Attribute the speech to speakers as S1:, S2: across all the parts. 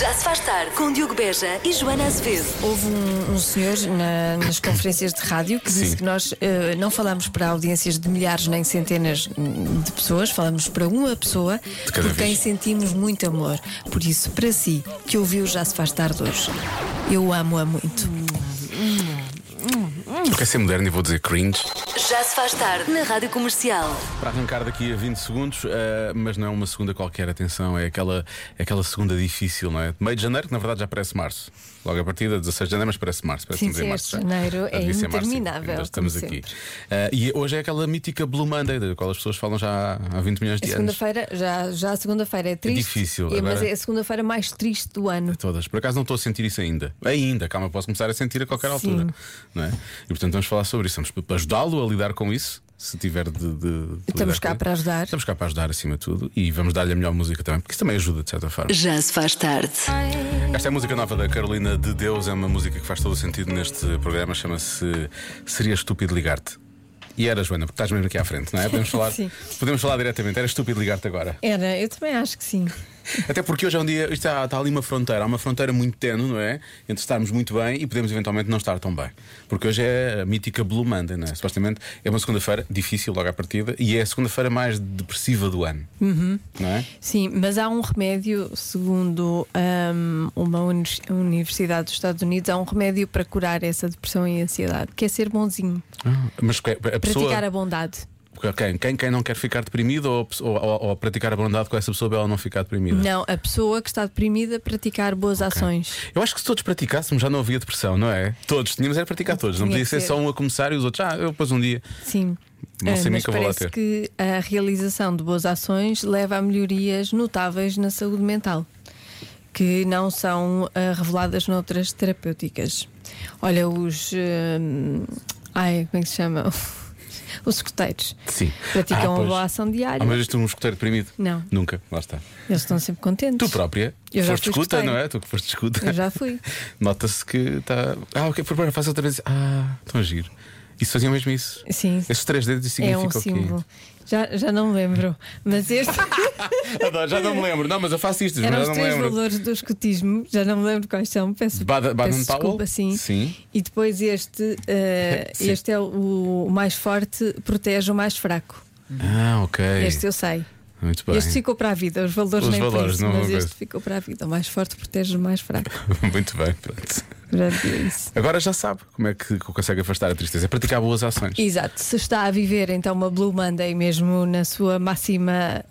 S1: Já se faz tarde com Diogo Beja e Joana Azevedo.
S2: Houve um, um senhor na- nas conferências de rádio que disse
S3: Sim.
S2: que nós eh, não falamos para audiências de milhares nem centenas hum, de pessoas, falamos para uma pessoa por
S3: cada
S2: quem
S3: vez.
S2: sentimos muito amor. Por isso, para si, que ouviu já se faz tarde hoje. Eu amo-a muito.
S3: Porque é ser moderno e vou dizer cringe.
S1: Já se faz tarde na Rádio Comercial.
S3: Para arrancar daqui a 20 segundos, eh, mas não é uma segunda qualquer, atenção, é aquela, é aquela segunda difícil, não é? De Meio de janeiro, que na verdade já parece março. Logo a partir da 16 de janeiro, mas parece março. Parece
S2: Sim,
S3: que estamos em
S2: sim,
S3: março.
S2: este
S3: já.
S2: janeiro
S3: Já
S2: é
S3: devia ser março, sim,
S2: interminável,
S3: ainda estamos
S2: como
S3: aqui. Eh, e hoje é aquela mítica Blue Monday, da qual as pessoas falam já há 20 milhões
S2: A
S3: de anos.
S2: segunda-feira, já, já a segunda-feira é triste.
S3: difícil,
S2: é- mas
S3: agora-
S2: é a segunda-feira mais triste do ano.
S3: Todas. Por acaso não estou a sentir isso ainda. Ainda, calma, posso começar a sentir a qualquer
S2: Sim.
S3: altura. Não é? E portanto vamos falar sobre isso. Vamos p- ajudá-lo a lidar com isso, se tiver de. de- de lidar
S2: cá
S3: com
S2: para
S3: isso.
S2: ajudar.
S3: Estamos cá para ajudar acima de tudo e vamos dar-lhe a melhor música também, porque isso também ajuda de certa forma.
S1: Já se faz tarde.
S3: Esta é a música nova da Carolina de Deus, é uma música que faz todo o sentido neste programa, chama-se Seria Estúpido Ligar-te. E era, Joana, porque estás mesmo aqui à frente, não é? Podemos falar,
S2: Sim.
S3: podemos falar diretamente, era estúpido ligar-te agora.
S2: Era, eu também acho que sim.
S3: Até porque hoje é um dia. Isto há, está ali uma fronteira. Há uma fronteira muito tenue, não é? Entre estarmos muito bem e podemos eventualmente não estar tão bem. Porque hoje é a mítica Blue Monday, não é? Supostamente é uma segunda-feira difícil logo à partida e é a segunda-feira mais depressiva do ano.
S2: Uhum.
S3: Não é?
S2: Sim, mas há um remédio, segundo hum, uma unis- universidade dos Estados Unidos, há um remédio para curar essa depressão e ansiedade, que é ser bonzinho,
S3: Mas que- a pessoa.
S2: praticar a bondade.
S3: Quem, quem, quem não quer ficar deprimido ou, a pessoa- ou- ou praticar a bondade com essa pessoa para ela não ficar deprimida?
S2: Não, a pessoa que está deprimida praticar boas ações.
S3: Eu acho que se todos praticássemos já não havia depressão, não é? Todos, tínhamos era praticar todos. Não
S2: Tinha
S3: podia
S2: que
S3: ser
S2: ser.
S3: só um a começar e os outros, ah, eu depois um dia.
S2: Sim.
S3: Não
S2: Ah,
S3: sei nem
S2: mas
S3: que eu vou lá
S2: parece
S3: ter.
S2: que a realização de boas ações leva a melhorias notáveis na saúde mental, que não são ah, reveladas noutras terapêuticas. Olha, os. hum, ai, como é que se chama? Os escuteiros.
S3: Sim.
S2: Praticam
S3: Ah,
S2: uma
S3: pois.
S2: boa ação diária.
S3: Ah, mas viste um escuteiro deprimido?
S2: Não.
S3: Nunca, lá está.
S2: Eles estão sempre contentes.
S3: Tu própria.
S2: Eu já
S3: foste
S2: fui
S3: escuta,
S2: escuteira.
S3: não é? Tu que foste escuta.
S2: Eu já fui.
S3: Nota-se que está. Ah, ok, por favor, faz outra vez. Ah, tão giro. Isso fazia mesmo isso.
S2: Sim.
S3: Esses três dedos isso
S2: É
S3: significa
S2: um
S3: o quê?
S2: símbolo. Já, já não me lembro. Mas este
S3: Adoro, já não me lembro. Não, mas eu faço isto, mas
S2: eram
S3: já
S2: os
S3: não me
S2: três
S3: lembro.
S2: valores do escutismo. Já não me lembro quais são. Peço,
S3: Baden-
S2: peço
S3: Baden-Powell?
S2: desculpa, sim.
S3: Sim.
S2: E depois este, eh,
S3: Sim.
S2: este é o, o mais forte, protege o mais fraco.
S3: Ah, ok.
S2: Este eu sei.
S3: Muito bem.
S2: Este ficou para a vida, os valores
S3: Os
S2: nem por
S3: valores,
S2: isso,
S3: não é uma
S2: mas
S3: coisa.
S2: este ficou para a vida. O mais forte protege o mais fraco.
S3: Muito bem. pronto.
S2: Portanto, é isso.
S3: Agora já sabe como é que consegue afastar a tristeza. É praticar boas ações.
S2: Exato, se está a viver então uma Blue Monday mesmo na sua máxima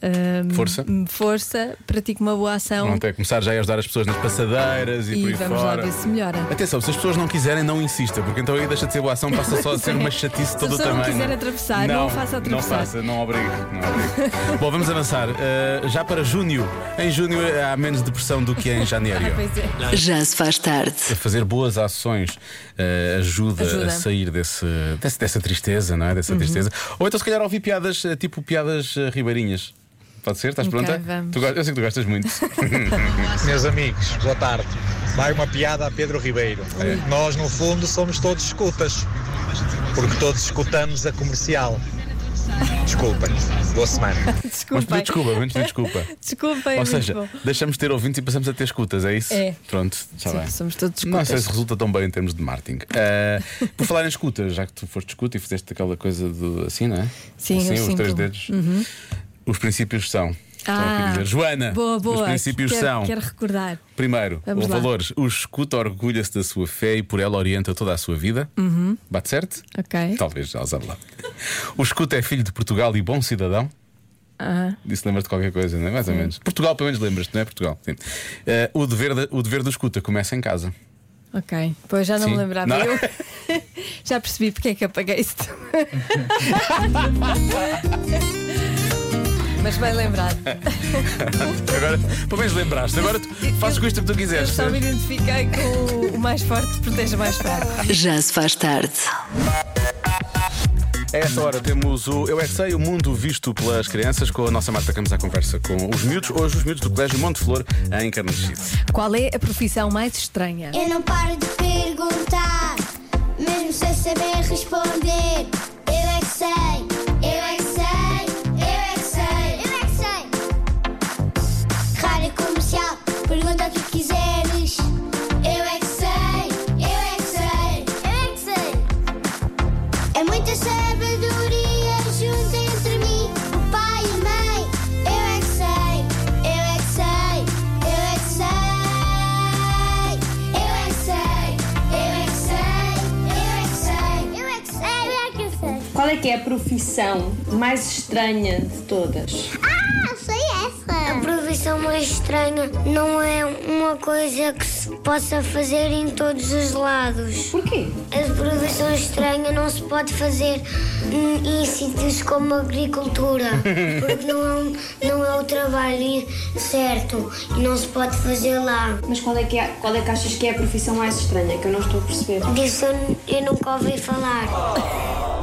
S2: hum,
S3: Força.
S2: força, pratique uma boa ação
S3: Pronto, é começar já a ajudar as pessoas nas passadeiras e, por
S2: e
S3: aí
S2: vamos lá
S3: fora.
S2: ver se melhora.
S3: Atenção, se as pessoas não quiserem, não insista, porque então aí deixa de ser boa ação, passa só a ser uma chatice
S2: Se
S3: de
S2: a
S3: todo o
S2: pessoa não
S3: tamanho.
S2: quiser atravessar, não faça atravessar.
S3: Não faça, não obrigue. Não obrigue. Bom, vamos avançar. Uh, já para junho. Em junho há menos depressão do que em janeiro.
S2: Pois é.
S1: Já se faz tarde.
S3: Fazer boas ações uh, ajuda,
S2: Ajuda. Uhum.
S3: a sair desse, desse- dessa tristeza, não é? Dessa tristeza. Ou então, se calhar, ouvir piadas, uh, tipo piadas uh, ribeirinhas. Pode ser? Estás
S2: Ok,
S3: pronta?
S2: vamos.
S3: Tu go- eu sei que tu gostas muito.
S4: Meus amigos, boa tarde. Vai uma piada a Pedro Ribeiro. Nós, no fundo, somos todos escutas, porque todos escutamos a comercial. Desculpem, boa semana.
S3: Mas
S2: Desculpem.
S3: pedir desculpa, vamos pedir desculpa.
S2: Desculpem, é
S3: Ou
S2: muito
S3: seja,
S2: bom.
S3: deixamos de ter ouvintes e passamos a ter escutas, é isso?
S2: É.
S3: Pronto, está
S2: Sim,
S3: Tá bem.
S2: somos todos
S3: Não sei
S2: escutas.
S3: se resulta tão bem em termos de marketing. Eh, por falar em escutas, já que tu foste escuta e fizeste aquela coisa do assim, não é?
S2: Sim,
S3: assim,
S2: eu
S3: os
S2: sinto. Uhum.
S3: três dedos. Os princípios são. estão aqui a
S2: Ah,
S3: dizer. Joana,
S2: boa, boa.
S3: os princípios
S2: quero,
S3: são.
S2: Quero recordar.
S3: Primeiro,
S2: Vamos
S3: os
S2: lá.
S3: valores. O escuta orgulha-se da sua fé e por ela orienta toda a sua vida. Bate certo?
S2: Uhum. Ok.
S3: Talvez já usar lá. O escuta é filho de Portugal e bom cidadão.
S2: Ah,
S3: Isso lembras-te de qualquer coisa, não é? Mais ou menos. Portugal, pelo menos lembras-te, não é? Portugal. Sim. Eh, o, dever da- o dever do escuta começa em casa.
S2: ok. Pois já não me
S3: Sim.
S2: lembrava.
S3: Não.
S2: Eu já percebi porque é que apaguei isto. mas bem lembrado.
S3: Agora, pelo menos lembraste. Agora tu fazes com isto o que tu
S2: Eu
S3: quiseres.
S2: só me identifiquei com o- o mais forte protege o mais fraco.
S1: Já se faz tarde.
S3: A esta hora temos o Eu É que Sei, o mundo visto pelas crianças, com a nossa Marta Campos à conversa com os miúdos, hoje os miúdos do Colégio Monte Flor, em Carnaxide.
S2: Qual é a profissão mais estranha?
S5: Eu não paro de perguntar, mesmo sem saber responder. Eu é que sei, eu é que sei, eu é que sei, eu é que é sei. Rádio comercial, pergunta o que quiser. é É é é é
S6: é que é a profissão mais estranha de todas?
S5: Ah, sei essa! A profissão mais estranha não é uma coisa que se possa fazer em todos os lados.
S6: Porquê?
S5: A profissão estranha não se pode fazer em, em sítios como a agricultura, porque não é, um- não é o trabalho certo e não se pode fazer lá.
S6: Mas qual é, que é, qual é que achas que é a profissão mais estranha? Que eu não estou a perceber.
S5: Disso eu, eu nunca ouvi falar.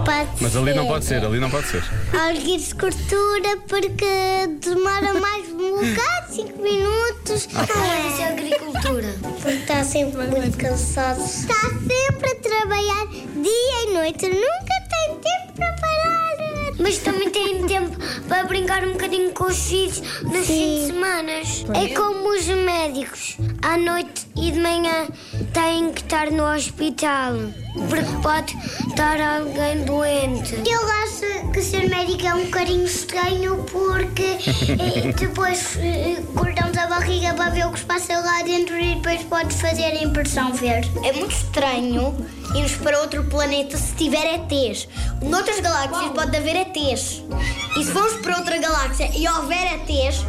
S5: Pode
S3: Mas
S2: É,
S3: ali não pode ser, ali não pode ser.
S5: Agricultura, porque demora mais um lugar, 5 minutos. Ah, é. isso é agricultura. Porque está sempre muito cansado. Está sempre a trabalhar dia e noite, nunca tem tempo para parar. Mas também tem tempo para brincar um bocadinho com os filhos nos fins de semana. É como os médicos. À noite e de manhã têm que estar no hospital. Porque pode estar alguém doente. Eu acho que ser médico é um bocadinho estranho porque eh, depois eh, cortamos a barriga para ver o que se passa lá dentro e depois pode fazer a impressão verde. É muito estranho irmos para outro planeta se tiver ETs. Noutras galáxias pode haver ETs. E se formos para outra galáxia e houver ETs,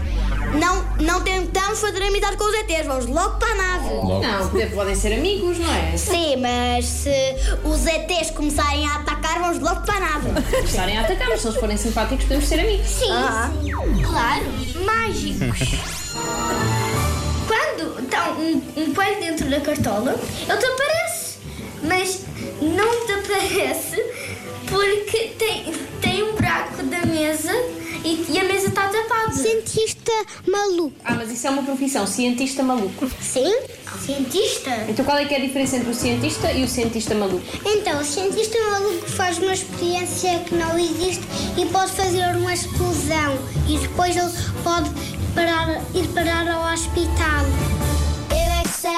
S5: não, não tentamos fazer amizade com os ETs, vamos logo para a nave.
S3: Logo.
S6: Não, podem ser amigos, não é? Se
S5: Sim, mas se os ETs começarem a atacar, vamos logo para a nave.
S6: estarem a atacar, mas se eles forem simpáticos, podemos ser amigos.
S5: Sim, claro. Mágicos. Quando está um, um coelho dentro da cartola, ele desaparece. Mas não desaparece porque tem, tem um buraco da mesa e, e a mesa está tapada. Cientista maluco.
S6: Ah, mas isso é uma profissão, cientista maluco.
S5: Sim? Cientista?
S6: Então qual é que é a diferença entre o cientista e o cientista maluco?
S5: Então, o cientista maluco faz uma experiência que não existe e pode fazer uma explosão e depois ele pode parar- ir parar ao hospital. Eu é que sei,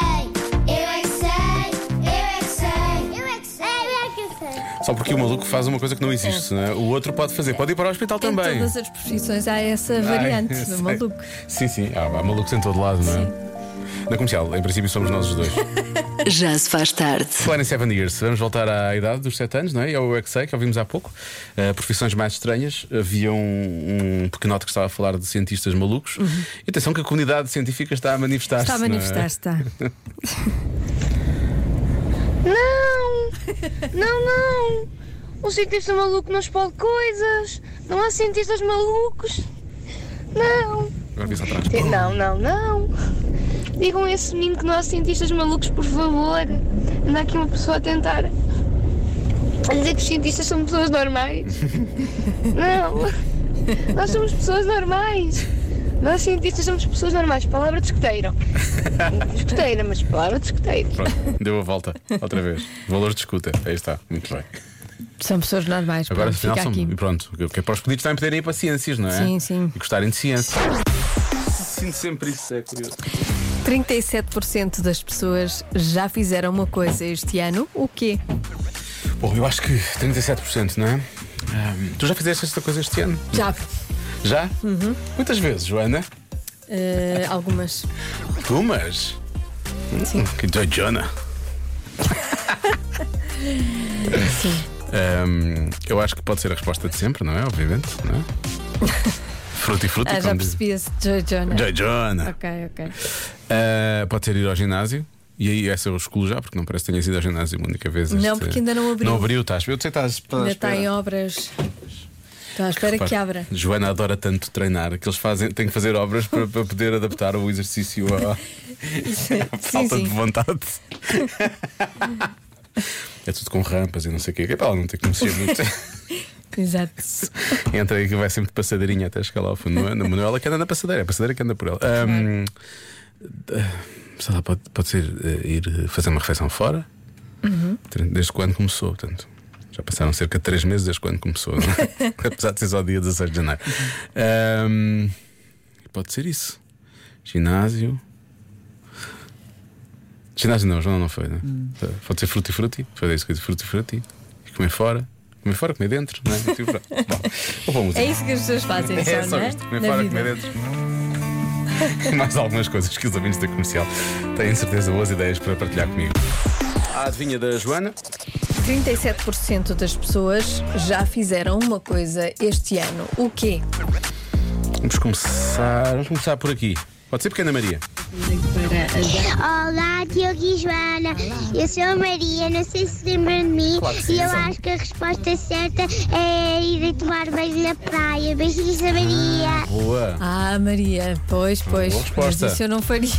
S5: eu é que sei, eu é que sei, eu é que sei, eu é que sei.
S3: Só porque o maluco faz uma coisa que não existe, não é? O outro pode fazer, pode ir para o hospital
S2: Em
S3: também.
S2: todas as profissões há essa
S3: Ai,
S2: variante
S3: sei.
S2: do maluco.
S3: Sim, sim, Ah, há, há malucos em todo lado, não é? Na comercial, em princípio somos nós os dois.
S1: Já se faz tarde.
S3: Falar em Seven Years, vamos voltar à idade dos 7 anos, não é? E ao UXA, que ouvimos há pouco. Eh, profissões mais estranhas. Havia um, um pequenote que estava a falar de cientistas malucos. E atenção que a comunidade científica está a manifestar-se.
S2: Uhum. Está a
S3: não é?
S2: manifestar-se, está.
S7: Não! Não, não! Um cientista maluco não explode coisas! Não há cientistas malucos! Não!
S3: Agora vi-se atrás.
S7: Te- Não, não, não! Digam a esse menino que não há cientistas malucos, por favor! Anda aqui uma pessoa a tentar dizer que os cientistas são pessoas normais! Não! Nós somos pessoas normais! Nós cientistas somos pessoas normais, palavra de escuteiro. Escuteira, mas palavra de escuteiro.
S3: Pronto, deu a volta, outra vez. Valores de escuta, aí está, muito bem.
S2: São pessoas normais,
S3: Agora,
S2: Agora,
S3: afinal,
S2: fica
S3: são.
S2: aqui.
S3: E pronto, o que é para os pedidos também poderem ir para ciências, não é?
S2: Sim, sim.
S3: E gostarem de ciência. Sinto sempre isso, é curioso.
S2: 37% das pessoas já fizeram uma coisa este ano. O quê?
S3: Bom, eu acho que 37%, não é? Ahm, tu já fizeste esta coisa este ano?
S2: Já.
S3: Já?
S2: Uhum.
S3: Muitas vezes, Joana?
S2: eh, algumas.
S3: Pumas?
S2: Sim.
S3: Hum, Que doidona.
S2: Sim.
S3: Ahm, eu acho que pode ser a resposta de sempre, não é? Obviamente, não é? Fruti fruti,
S2: Ah, já
S3: como diz.
S2: percebi-se, Joy Jonah.
S3: Doidona.
S2: Ok, ok.
S3: Ah, pode ser ir ao ginásio. E aí, essa eu excluo já, porque não parece que tenhas ido ao ginásio uma única vez.
S2: Não,
S3: este-
S2: porque ainda não abriu.
S3: Não abriu, estás? Eu sei que tá estás.
S2: Ainda está em obras. Estou à espera que abra.
S3: Joana adora tanto treinar que eles fazem, têm que fazer obras para, para poder adaptar o exercício à, à
S2: Sim,
S3: falta de
S2: sim.
S3: vontade. é tudo com rampas e não sei o quê. Que é para ela não ter que mexer muito.
S2: Exato.
S3: Entra aí que vai sempre de passadeirinha até chegar lá ao fundo. Não é? Na Manuela que anda na passadeira, é a passadeira que anda por ela. Ahm, ah, sei lá, pode, pode ser eh, ir fazer uma refeição fora. Desde quando começou, portanto. Já passaram cerca de 3 meses desde quando começou, não é? apesar de ser só dia 16 de janeiro. Ahm, pode ser isso. Ginásio. Ginásio não, João não foi, não é? Pode ser fruti-fruti, foi isso que eu disse, fruti-fruti. E comer fora. Comer fora, comer dentro, não é? Tipo, pronto. Bom, vou pôr música.
S2: É isso que as pessoas fazem,
S3: É
S2: só,
S3: só
S2: não é?
S3: isto, comer
S2: Na
S3: fora,
S2: vida.
S3: comer dentro. Mais algumas coisas que os amigos da comercial têm certeza boas ideias para partilhar comigo. A adivinha da Joana.
S2: 37% das pessoas já fizeram uma coisa este ano. O quê?
S3: Vamos começar. Vamos começar por aqui. Pode ser pequena Maria.
S1: Para a Ja-
S5: Olá, Diogo e Joana. Eu sou a Maria, não sei se lembram de mim.
S3: Claro que sim,
S5: e eu
S3: Joana.
S5: acho que a resposta certa é ir tomar banho na praia. Beijinhos da Maria.
S3: Boa.
S2: Ah, Maria, pois, pois.
S3: Boa resposta.
S2: Mas isso eu não faria.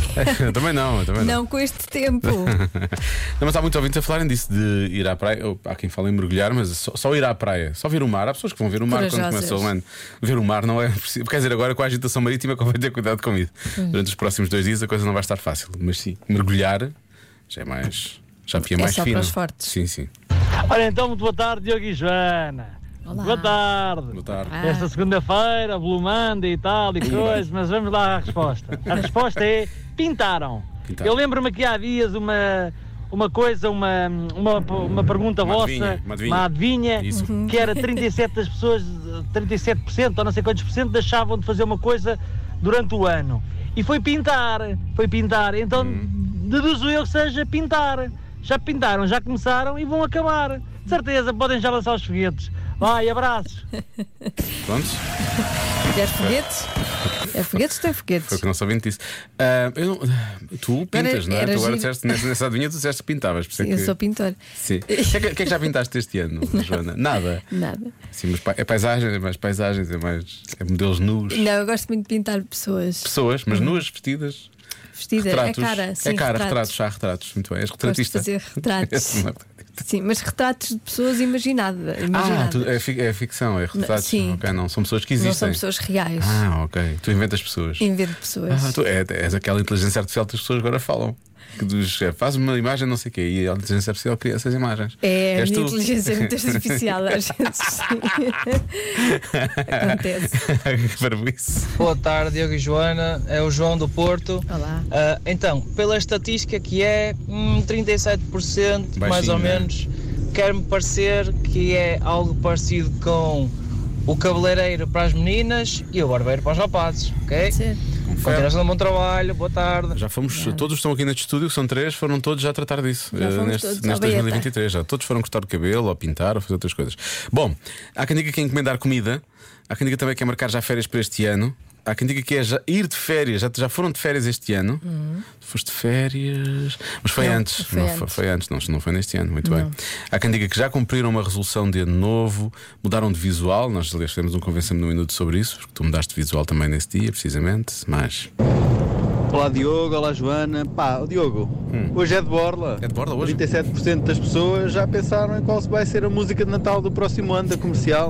S3: Eu também não, eu também não.
S2: Não com este tempo.
S3: Não, mas há muito ouvintes a falarem disso de ir à praia. Ou, Há quem fala em mergulhar, mas só, só ir à praia, só ver o mar. Há pessoas que vão ver o mar quando
S2: Corajosas.
S3: começa o ano. Ver o mar não é preciso. Quer dizer, agora com a agitação marítima, convém ter cuidado com isso. Durante os próximos dois dias a coisa não vai estar fácil. Mas sim, mergulhar já é mais. Já pia
S2: É
S3: mais
S2: só para
S3: fino.
S2: os fortes.
S3: Sim, sim.
S8: Ora então, muito boa tarde, Diogo e Joana.
S2: Olá.
S8: Boa tarde.
S3: Boa tarde.
S2: Ah.
S8: Esta segunda-feira, Blumanda e tal e coisa, mas vamos lá à resposta. A resposta é: pintaram.
S3: Pintaram.
S8: Eu lembro-me que há dias uma, uma coisa, uma, uma, uma pergunta
S3: Uma
S8: vossa,
S3: adivinha, uma adivinha.
S8: uma adivinha,
S3: Isso. Uhum.
S8: que era 37 das pessoas, 37% ou não sei quantos por cento, deixavam de fazer uma coisa durante o ano. E foi pintar, foi pintar. Então
S3: Hum.
S8: deduzo eu que seja pintar. Já pintaram, já começaram e vão acabar. De certeza, podem já lançar os foguetes. Vai, abraços.
S3: Prontos?
S2: Queres foguetes? É foguetes, tem
S3: Foi o
S2: foguetes.
S3: que o nosso ouvinte disse. Ah, eu não- tu pintas, não é?
S2: era
S3: Tu
S2: giro.
S3: agora disseste, nessa, nessa adivinha, tu disseste que pintavas. por isso é
S2: Eu
S3: que-
S2: sou pintor.
S3: Sim. O que, é que, o que é que já pintaste este ano, Joana? Nada.
S2: Nada.
S3: Sim, mas pa- é paisagens, é mais paisagens, é mais é modelos nus,
S2: Não, eu gosto muito de pintar pessoas
S3: pessoas, mas nuas, vestidas,
S2: Uhum. vestidas.
S3: retratos.
S2: É cara, sim.
S3: é cara, retratos, há retratos, muito bem. És
S2: Gosto de
S3: retratista.
S2: fazer retratos.
S3: És uma retratista.
S2: sim, mas retratos de pessoas imaginadas.
S3: Ah,
S2: imaginadas.
S3: tu- é, fi- é ficção, é retratos.
S2: sim.
S3: Ok, não são pessoas que
S2: não
S3: existem.
S2: são pessoas reais.
S3: Ah, ok. Tu inventas pessoas.
S2: Invento pessoas.
S3: Ah, tu é, és aquela inteligência artificial que as pessoas agora falam. Que dos, é, faz uma imagem, não sei o quê, e a inteligência artificial cria essas imagens.
S2: É a
S3: És
S2: minha
S3: tu.
S2: inteligência muito artificial, às vezes sim. Acontece.
S3: que barbice.
S9: Boa tarde, Diogo e Joana. É o João do Porto.
S2: Olá.
S9: Ah, então, pela estatística que é hum, 37%, mais
S3: Baixinho,
S9: ou
S3: né?
S9: menos, quer-me parecer que é algo parecido com o cabeleireiro para as meninas e o barbeiro para os rapazes, ok?
S2: Sim.
S9: Continuação de um bom trabalho, boa tarde.
S3: Já fomos, todos estão aqui neste estúdio, que são três, foram todos já a tratar disso.
S2: É. Já
S3: eh,
S2: fomos
S3: neste
S2: todos à
S3: neste
S2: beata.
S3: 2023, já. Todos foram cortar o cabelo, ou pintar, ou fazer outras coisas. Bom, há quem diga que é encomendar comida, há quem diga também que é marcar já férias para este ano. Há quem diga que é já ir de férias, já, já foram de férias este ano. Foste de férias. Mas foi
S2: Uhum. Não,
S3: antes.
S2: foi
S3: não,
S2: antes.
S3: Foi, foi antes, não, não foi neste ano, muito bem. Há quem diga que já cumpriram uma resolução de ano novo, mudaram de visual. Nós, aliás, fizemos um convenção no minuto sobre isso, porque tu mudaste de visual também nesse dia, precisamente. Mas.
S10: Olá Diogo, olá Joana. Pá, o Diogo, hoje é de borla.
S3: Hum. É de borla hoje?
S10: 37% das pessoas já pensaram em qual vai ser a música de Natal do próximo ano da comercial.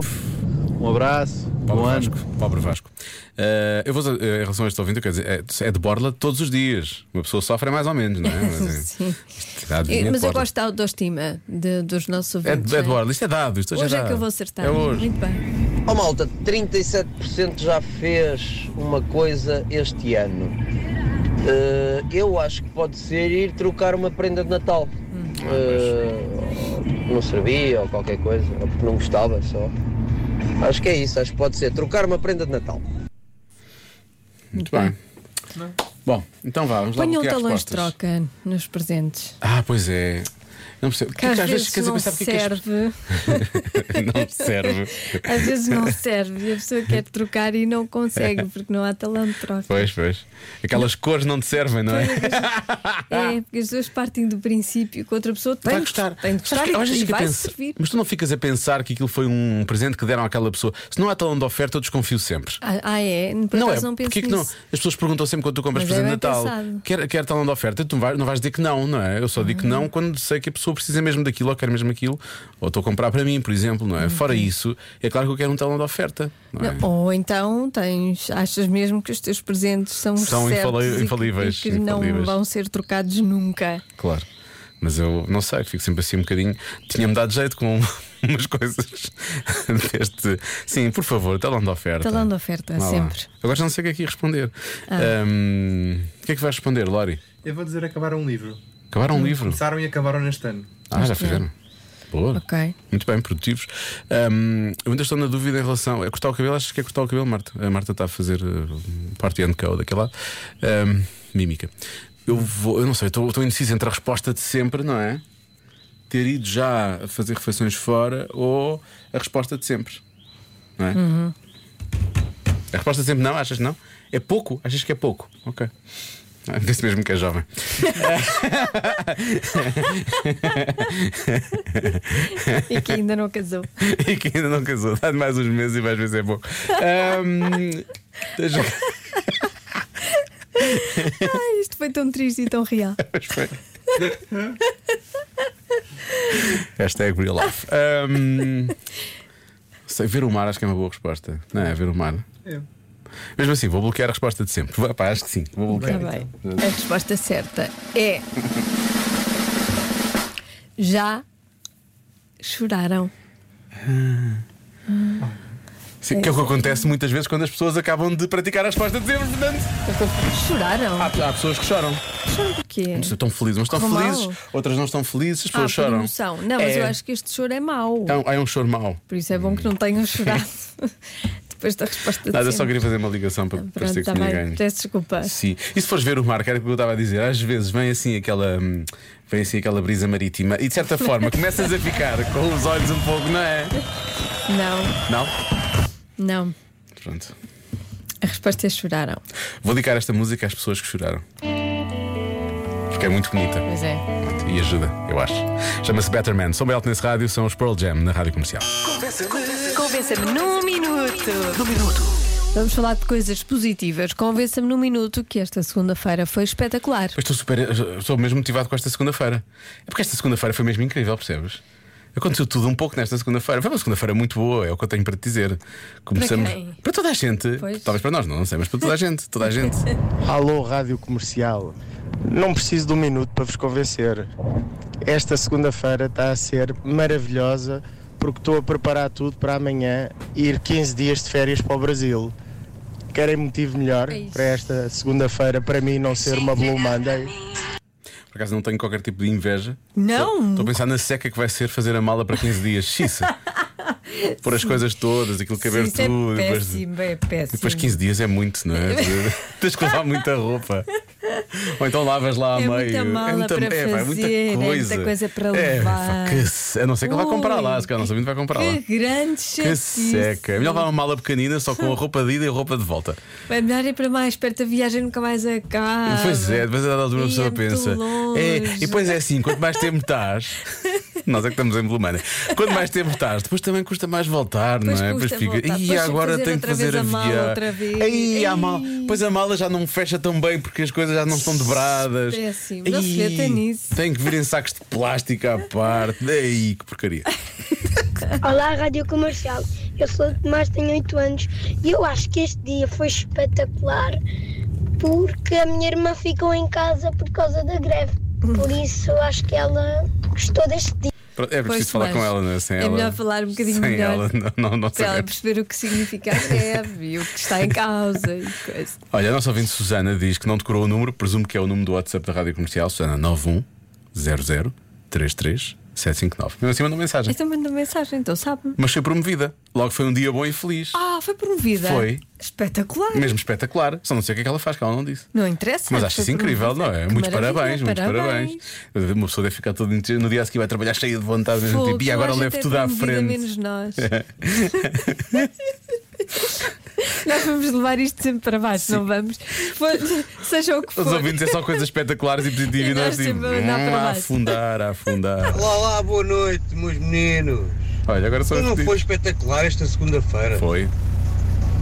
S10: Um abraço,
S3: Pobre
S10: bom ano.
S3: Vasco. Pobre Vasco. Eh, eu vou, dizer, eh, em relação a este ouvinte, eu quero dizer, é, é de borla todos os dias. Uma pessoa sofre mais ou menos, não é? Mas,
S2: Sim.
S3: é, dá
S2: Eu-
S3: dinheiro
S2: mas
S3: de
S2: eu
S3: borla.
S2: gosto da autoestima de- dos nossos
S3: É,
S2: ouvintes.
S3: de- é de
S2: não
S3: borla, isto é dado. Isto hoje
S2: Hoje
S3: é,
S2: é que
S3: dado.
S2: eu vou acertar.
S3: É hoje.
S2: Muito bem.
S11: Ó malta, 37% já fez uma coisa este ano. Eh, eu acho que pode ser ir trocar uma prenda de Natal. Eh, não servia ou qualquer coisa, ou porque não gostava só. Acho que é isso, acho que pode ser trocar uma prenda de Natal.
S3: Muito bem. Bom, então vá, vamos lá
S2: Ponham
S3: bloquear
S2: talões um de
S3: respostas.
S2: troca nos presentes.
S3: Ah, pois é. Não percebo.
S2: Que
S3: Porque é
S2: às vezes
S3: queres
S2: não
S3: pensar porque é que as-
S2: serve.
S3: não serve.
S2: Às vezes não serve. E a pessoa quer trocar e não consegue porque não há talão de troca.
S3: Pois, pois. Aquelas cores não te servem, não é?
S2: É, porque as pessoas partem do princípio que outra pessoa tem,
S3: Ah. Vai
S2: que-
S3: gostar.
S2: tem de
S3: Sabes
S2: gostar
S3: que eu às
S2: e,
S3: vezes
S2: e
S3: fico a
S2: vai
S3: pensar-
S2: servir.
S3: Mas tu não ficas a pensar que aquilo foi um presente que deram àquela pessoa. Se não há talão de oferta, eu desconfio sempre.
S2: Ah, ah, é? Por
S3: Não é?
S2: acaso não penso
S3: Porquê que não?
S2: nisso.
S3: As pessoas perguntam sempre quando tu compras
S2: Mas é
S3: presente de
S2: bem
S3: Natal.
S2: pensado.
S3: Quer, quer talão de oferta? Tu não vais, não vais dizer que não, não é? Eu só digo que
S2: Uhum.
S3: não quando sei que a pessoa precisa mesmo daquilo ou quer mesmo aquilo. Ou estou a comprar para mim, por exemplo, não é? Fora isso, é claro que eu quero um talão de oferta. Não é?
S2: Uhum. Não, Ou então tens, achas mesmo que os teus presentes são, os
S3: São
S2: certos
S3: infali-
S2: e que-
S3: infalíveis,
S2: e que, não
S3: infalíveis.
S2: vão ser trocados nunca.
S3: Claro. Mas eu não sei, fico sempre assim um bocadinho. Tinha-me dado jeito com umas coisas deste. Sim, por favor, talão de oferta.
S2: Talão de oferta,
S3: Vá lá.
S2: sempre.
S3: Agora já não sei o que é que ia responder.
S10: Ah.
S3: Hum, o que é que vais responder, Lori?
S10: Eu vou dizer acabar um livro.
S3: Acabaram um livro?
S10: Começaram e acabaram neste ano.
S3: Ah, já
S2: Acho que é.
S3: fizeram. Boa.
S2: Ok.
S3: Muito bem, produtivos. Hum, eu ainda estou na dúvida em relação. É cortar o cabelo? Achas que é cortar o cabelo, Marta? A Marta está a fazer eh, parte and co daquele lado. Hum, mímica. Eu vou, eu não sei, estou estou indeciso entre a resposta de sempre, não é? ter ido já fazer refeições fora ou a resposta de sempre? Não é?
S2: Uhum.
S3: A resposta é sempre não, achas não? É pouco? Achas que é pouco? Ok. Ah, Vê-se mesmo que é jovem.
S2: E que ainda não casou.
S3: e que ainda não casou. Dá mais uns meses e vais ver se é pouco. Ahm, deixa-
S2: Ai, isto foi tão triste e tão real.
S3: Mas foi. Hashtag real life. Ahm, é sei, ver o mar acho que é uma boa resposta. Não é? Ver o mar.
S2: É.
S3: Mesmo assim, vou bloquear a resposta de sempre. Vá, pá, acho que sim. Vou bloquear.
S2: Tá bem.
S3: então.
S2: A resposta certa é. Já choraram.
S3: Sim, que é o que acontece muitas vezes quando as pessoas acabam de praticar a resposta de sempre. Portanto,
S2: Choraram?
S3: há, há pessoas que choram.
S2: Choram porquê?
S3: Estão felizes, mas estão
S2: Correu
S3: felizes,
S2: mal?
S3: outras não estão felizes, as
S2: Ah,
S3: pessoas
S2: por
S3: choram.
S2: emoção. Não, mas
S3: É.
S2: eu acho que este choro é mau.
S3: É um, é um choro mau.
S2: Por isso é bom que não tenham chorado depois da resposta de
S3: Nada, eu só
S2: sempre.
S3: queria fazer uma ligação para, para
S2: Pronto,
S3: ter que
S2: tá
S3: tinha
S2: bem.
S3: ganho.
S2: Peço desculpa.
S3: Sim. E se fores ver o mar, que era o que eu estava a dizer, às vezes vem assim aquela. hum, Vem assim aquela brisa marítima e de certa forma começas a ficar com os olhos um pouco, não é?
S2: Não,
S3: Não?
S2: não.
S3: Pronto.
S2: A resposta é choraram.
S3: Vou dedicar esta música às pessoas que choraram. Porque é muito bonita.
S2: Pois é.
S3: E ajuda, eu acho. Chama-se Better Man. São Belton nesse rádio, são os Pearl Jam na rádio comercial.
S2: Convença-me num minuto. Num minuto. Vamos falar de coisas positivas. Convença-me num minuto que esta segunda-feira foi espetacular.
S3: Eu estou super. Estou mesmo motivado com esta segunda-feira. É porque esta segunda-feira foi mesmo incrível, percebes? Aconteceu tudo um pouco nesta segunda-feira. Foi uma segunda-feira muito boa, é o que eu tenho para te dizer. Começamos.
S12: quem?
S3: Para toda a gente.
S12: Pois.
S3: Talvez para nós, não, não sei, mas para toda a gente. Toda a gente.
S12: Alô, Rádio Comercial. Não preciso de um minuto para vos convencer. Esta segunda-feira está a ser maravilhosa porque estou a preparar tudo para amanhã ir 15 dias de férias para o Brasil. Querem motivo melhor para esta segunda-feira para mim não ser uma Blue Monday?
S3: Por acaso não tenho qualquer tipo de inveja.
S2: Não!
S3: Estou a pensar na seca que vai ser fazer a mala para 15 dias. Xiça! Pôr as coisas todas, aquilo caber
S2: Sim, isso
S3: tudo.
S2: É
S3: depois-
S2: péssimo, é péssimo.
S3: Depois 15 dias é muito, não é? Tens que levar muita roupa. Ou então lavas lá a
S2: É
S3: meio.
S2: muita mala para
S3: é, vai,
S2: fazer, é muita coisa para
S3: É,
S2: levar.
S3: pá, que se- a não ser que vá comprar lá, se calhar não sabendo vai comprar lá.
S2: Que grande
S3: Que
S2: chatice.
S3: seca. É melhor levar uma mala pequenina só com a roupa de ida e a roupa de volta.
S2: É melhor ir para mais perto, a viagem nunca mais acaba.
S3: pois é, depois a dada altura a
S2: Ah, e
S3: pessoa
S2: é muito
S3: pensa.
S2: longe.
S3: É, e depois é assim, quanto mais tempo estás. Nós é que estamos em Blumana. Quanto mais tempo estás, depois também custa mais voltar,
S2: Depois
S3: não é?
S2: custa voltar,
S3: E
S2: depois
S3: agora
S2: fazer
S3: tenho que
S2: outra vez
S3: fazer a
S2: a mala
S3: viagem.
S2: outra vez.
S3: Aí, a mala. Pois a mala já não fecha tão bem porque as coisas já não estão dobradas.
S2: Péssimo, não se vê
S3: Ai,
S2: até nisso.
S3: Tem que vir em sacos de plástico à parte. Ei, que porcaria.
S13: Olá, Rádio Comercial. Eu sou o Tomás, tenho 8 anos e eu acho que este dia foi espetacular porque a minha irmã ficou em casa por causa da greve. Por isso, acho que ela gostou deste dia.
S3: Pronto, É preciso
S2: Pois,
S3: falar com
S2: mas
S3: ela, não é? Sem
S2: é
S3: ela,
S2: melhor falar um bocadinho
S3: sem
S2: melhor.
S3: Ela, não, não, não
S2: Para ela
S3: sabemos.
S2: perceber o que significa a greve e o que está em causa e coisa.
S3: Olha, a nossa ouvinte Susana diz que não decorou o número, presumo que é o número do WhatsApp da Rádio Comercial, Susana 91 00 33 759. Mesmo assim mandou mensagem.
S2: Então manda mensagem, então sabe?
S3: Mas foi promovida. Logo foi um dia bom e feliz.
S2: Ah, foi promovida.
S3: Foi.
S2: Espetacular.
S3: Mesmo espetacular. Só não sei o que é que ela faz, que ela não disse.
S2: Não interessa.
S3: Mas acho
S2: foi
S3: isso incrível, não é?
S2: Que
S3: Muitos
S2: maravilha,
S3: parabéns, muitos
S2: parabéns.
S3: parabéns. Uma pessoa deve ficar todo inte- no dia a seguir vai trabalhar cheia de vontade mesmo
S2: Fogo,
S3: tipo, e agora
S2: toda a
S3: levo
S2: gente é
S3: tudo à
S2: promovida,
S3: frente.
S2: menos nós. Nós vamos levar isto sempre para baixo, não vamos? For- seja o que for.
S3: Os ouvintes é só coisas espetaculares e positivas
S2: E
S3: e
S2: nós
S3: nós tipo,
S2: sempre a andar
S3: "Hum,
S2: para
S3: a
S2: baixo."
S3: afundar, a afundar.
S14: Olá, olá, boa noite, meus meninos.
S3: Olha, agora só
S14: Não
S3: os
S14: foi espetacular esta segunda-feira?
S3: Foi.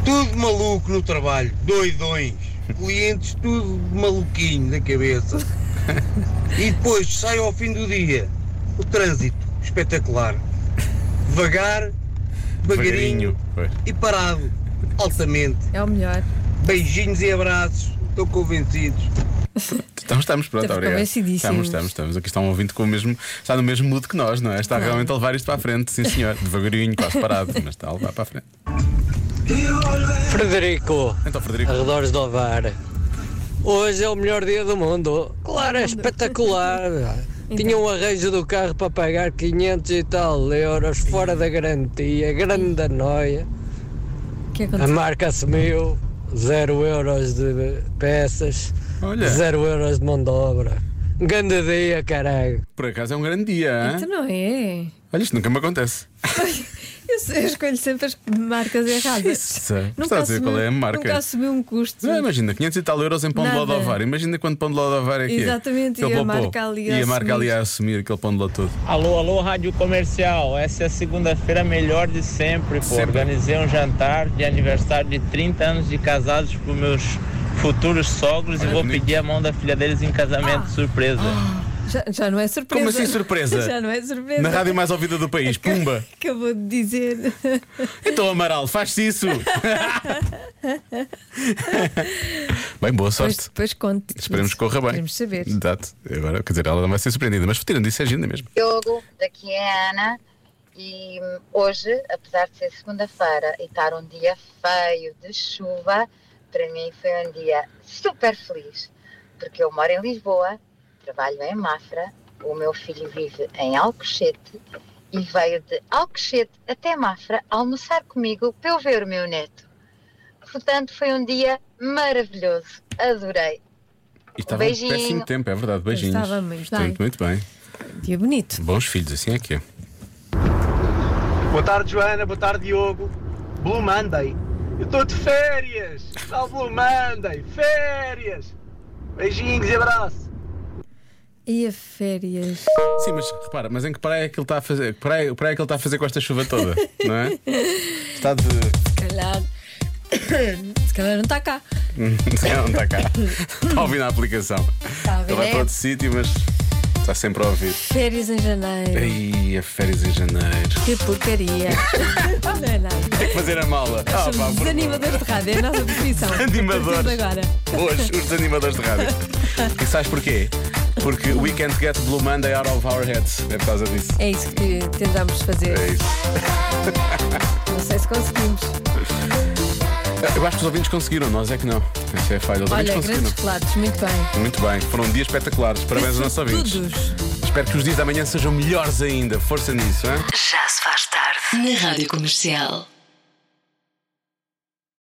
S14: Tudo maluco no trabalho, doidões, clientes tudo maluquinho da cabeça. e depois sai ao fim do dia o trânsito, espetacular. Devagar, devagarinho
S3: Devagarinho. Pois.
S14: e parado, altamente.
S2: É o melhor.
S14: Beijinhos e abraços, estou convencidos.
S3: Estamos, Então estamos, pronto,
S14: Estamos
S3: obrigado.
S14: convencidíssimos.
S3: Estamos, estamos, estamos. Aqui está um ouvinte com o mesmo, está no mesmo mood que nós, não é? Está realmente a levar isto para a frente, sim senhor. Devagarinho, quase parado, mas está a levar para a frente.
S15: Frederico,
S3: então, Frederico.
S15: arredores do Ovar. Hoje é o melhor dia do mundo. Claro, é espetacular. Tinha um arranjo do carro para pagar 500 e tal euros fora da garantia. Grande noia.
S2: que
S15: A
S2: aconteceu?
S15: marca assumiu. Zero euros de peças.
S3: Olha.
S15: Zero euros de mão de obra. Grande dia, caralho.
S3: Por acaso é um grande dia,
S2: Então não
S3: hein?
S2: é?
S3: Olha, isto nunca me acontece.
S2: Eu, sei, eu escolho sempre as marcas erradas.
S3: Sabe?
S2: Nunca
S3: Está a dizer
S2: assumi-
S3: qual é a marca.
S2: Nunca assumiu um custo.
S3: Não, Ah, imagina, 500 e tal euros em pão de ló de
S2: Nada.
S3: ovar. Imagina quanto pão de ló de ovar é que é.
S2: Exatamente, e
S3: Aquele
S2: a
S3: popô.
S2: marca ali a
S3: E a marca ali
S2: assumir. É
S3: a assumir aquele pão de ló todo.
S16: Alô, alô, Rádio Comercial. Essa é a segunda-feira melhor de sempre, pô.
S3: Sempre.
S16: Organizei um jantar de aniversário de 30 anos de casados para meus futuros sogros e vou pedir a mão da filha deles em casamento surpresa.
S2: Já, já não é surpresa.
S16: Como assim surpresa?
S2: já não é surpresa.
S3: Na rádio mais ouvida do país, pumba!
S2: Acabou de dizer.
S3: Então, Amaral, faz isso! Bem, boa
S2: Depois,
S3: sorte.
S2: depois conte.
S3: Esperemos que corra bem.
S2: Queremos saber.
S3: Exato. Agora, quer dizer, ela não vai ser surpreendida, mas tirando isso é agenda mesmo.
S17: Diogo, daqui é a Ana e hum, hoje, apesar de ser segunda-feira e estar um dia feio de chuva, para mim foi um dia super feliz, porque eu moro em Lisboa, trabalho em Mafra, o meu filho vive em Alcochete e veio de Alcochete até Mafra almoçar comigo para eu ver o meu neto. Portanto, foi um dia maravilhoso, adorei.
S3: E estava um
S17: Beijinho.
S3: péssimo tempo, é verdade. Beijinhos.
S17: Estava muito
S3: Portanto, muito bem.
S2: Dia bonito.
S3: Bons filhos, assim é que é.
S18: Boa tarde, Joana. Boa tarde, Diogo. Blue Monday. Eu estou de férias. Salve Blue Monday. Férias. Beijinhos e abraço.
S2: E a férias?
S3: Sim, mas repara, mas em que praia é que ele está a fazer? que Praia, praia é que ele está a fazer com esta chuva toda, não é? Está de.
S2: Se calhar. Se calhar não está cá.
S3: não, está cá. Está a ouvir na aplicação.
S2: Está a
S3: Ele
S2: ver?
S3: vai para
S2: É
S3: outro sítio, mas está sempre a ouvir.
S2: férias em janeiro.
S3: Ei, a férias em janeiro.
S2: Que porcaria. não é nada.
S3: Tem que fazer a mala. Ah, pá,
S2: Somos
S3: por-
S2: desanimadores de rádio, é a nossa profissão.
S3: Desanimadores.
S2: A partir de agora.
S3: Hoje, os desanimadores de rádio. E sabes porquê? Porque we can't get Blue Monday out of our heads. É por causa disso.
S2: É isso que tentamos fazer.
S3: É isso.
S2: Não sei se conseguimos.
S3: Eu acho que os ouvintes conseguiram, nós é que não. Essa é a falha. Os
S2: Olha,
S3: ouvintes
S2: grandes
S3: conseguiram.
S2: claros, muito bem.
S3: Muito bem, foram dias espetaculares. Parabéns aos nossos ouvintes.
S2: Todos.
S3: Espero que os dias da manhã sejam melhores ainda. Força nisso, hein?
S1: Já se faz tarde. Na Rádio Comercial.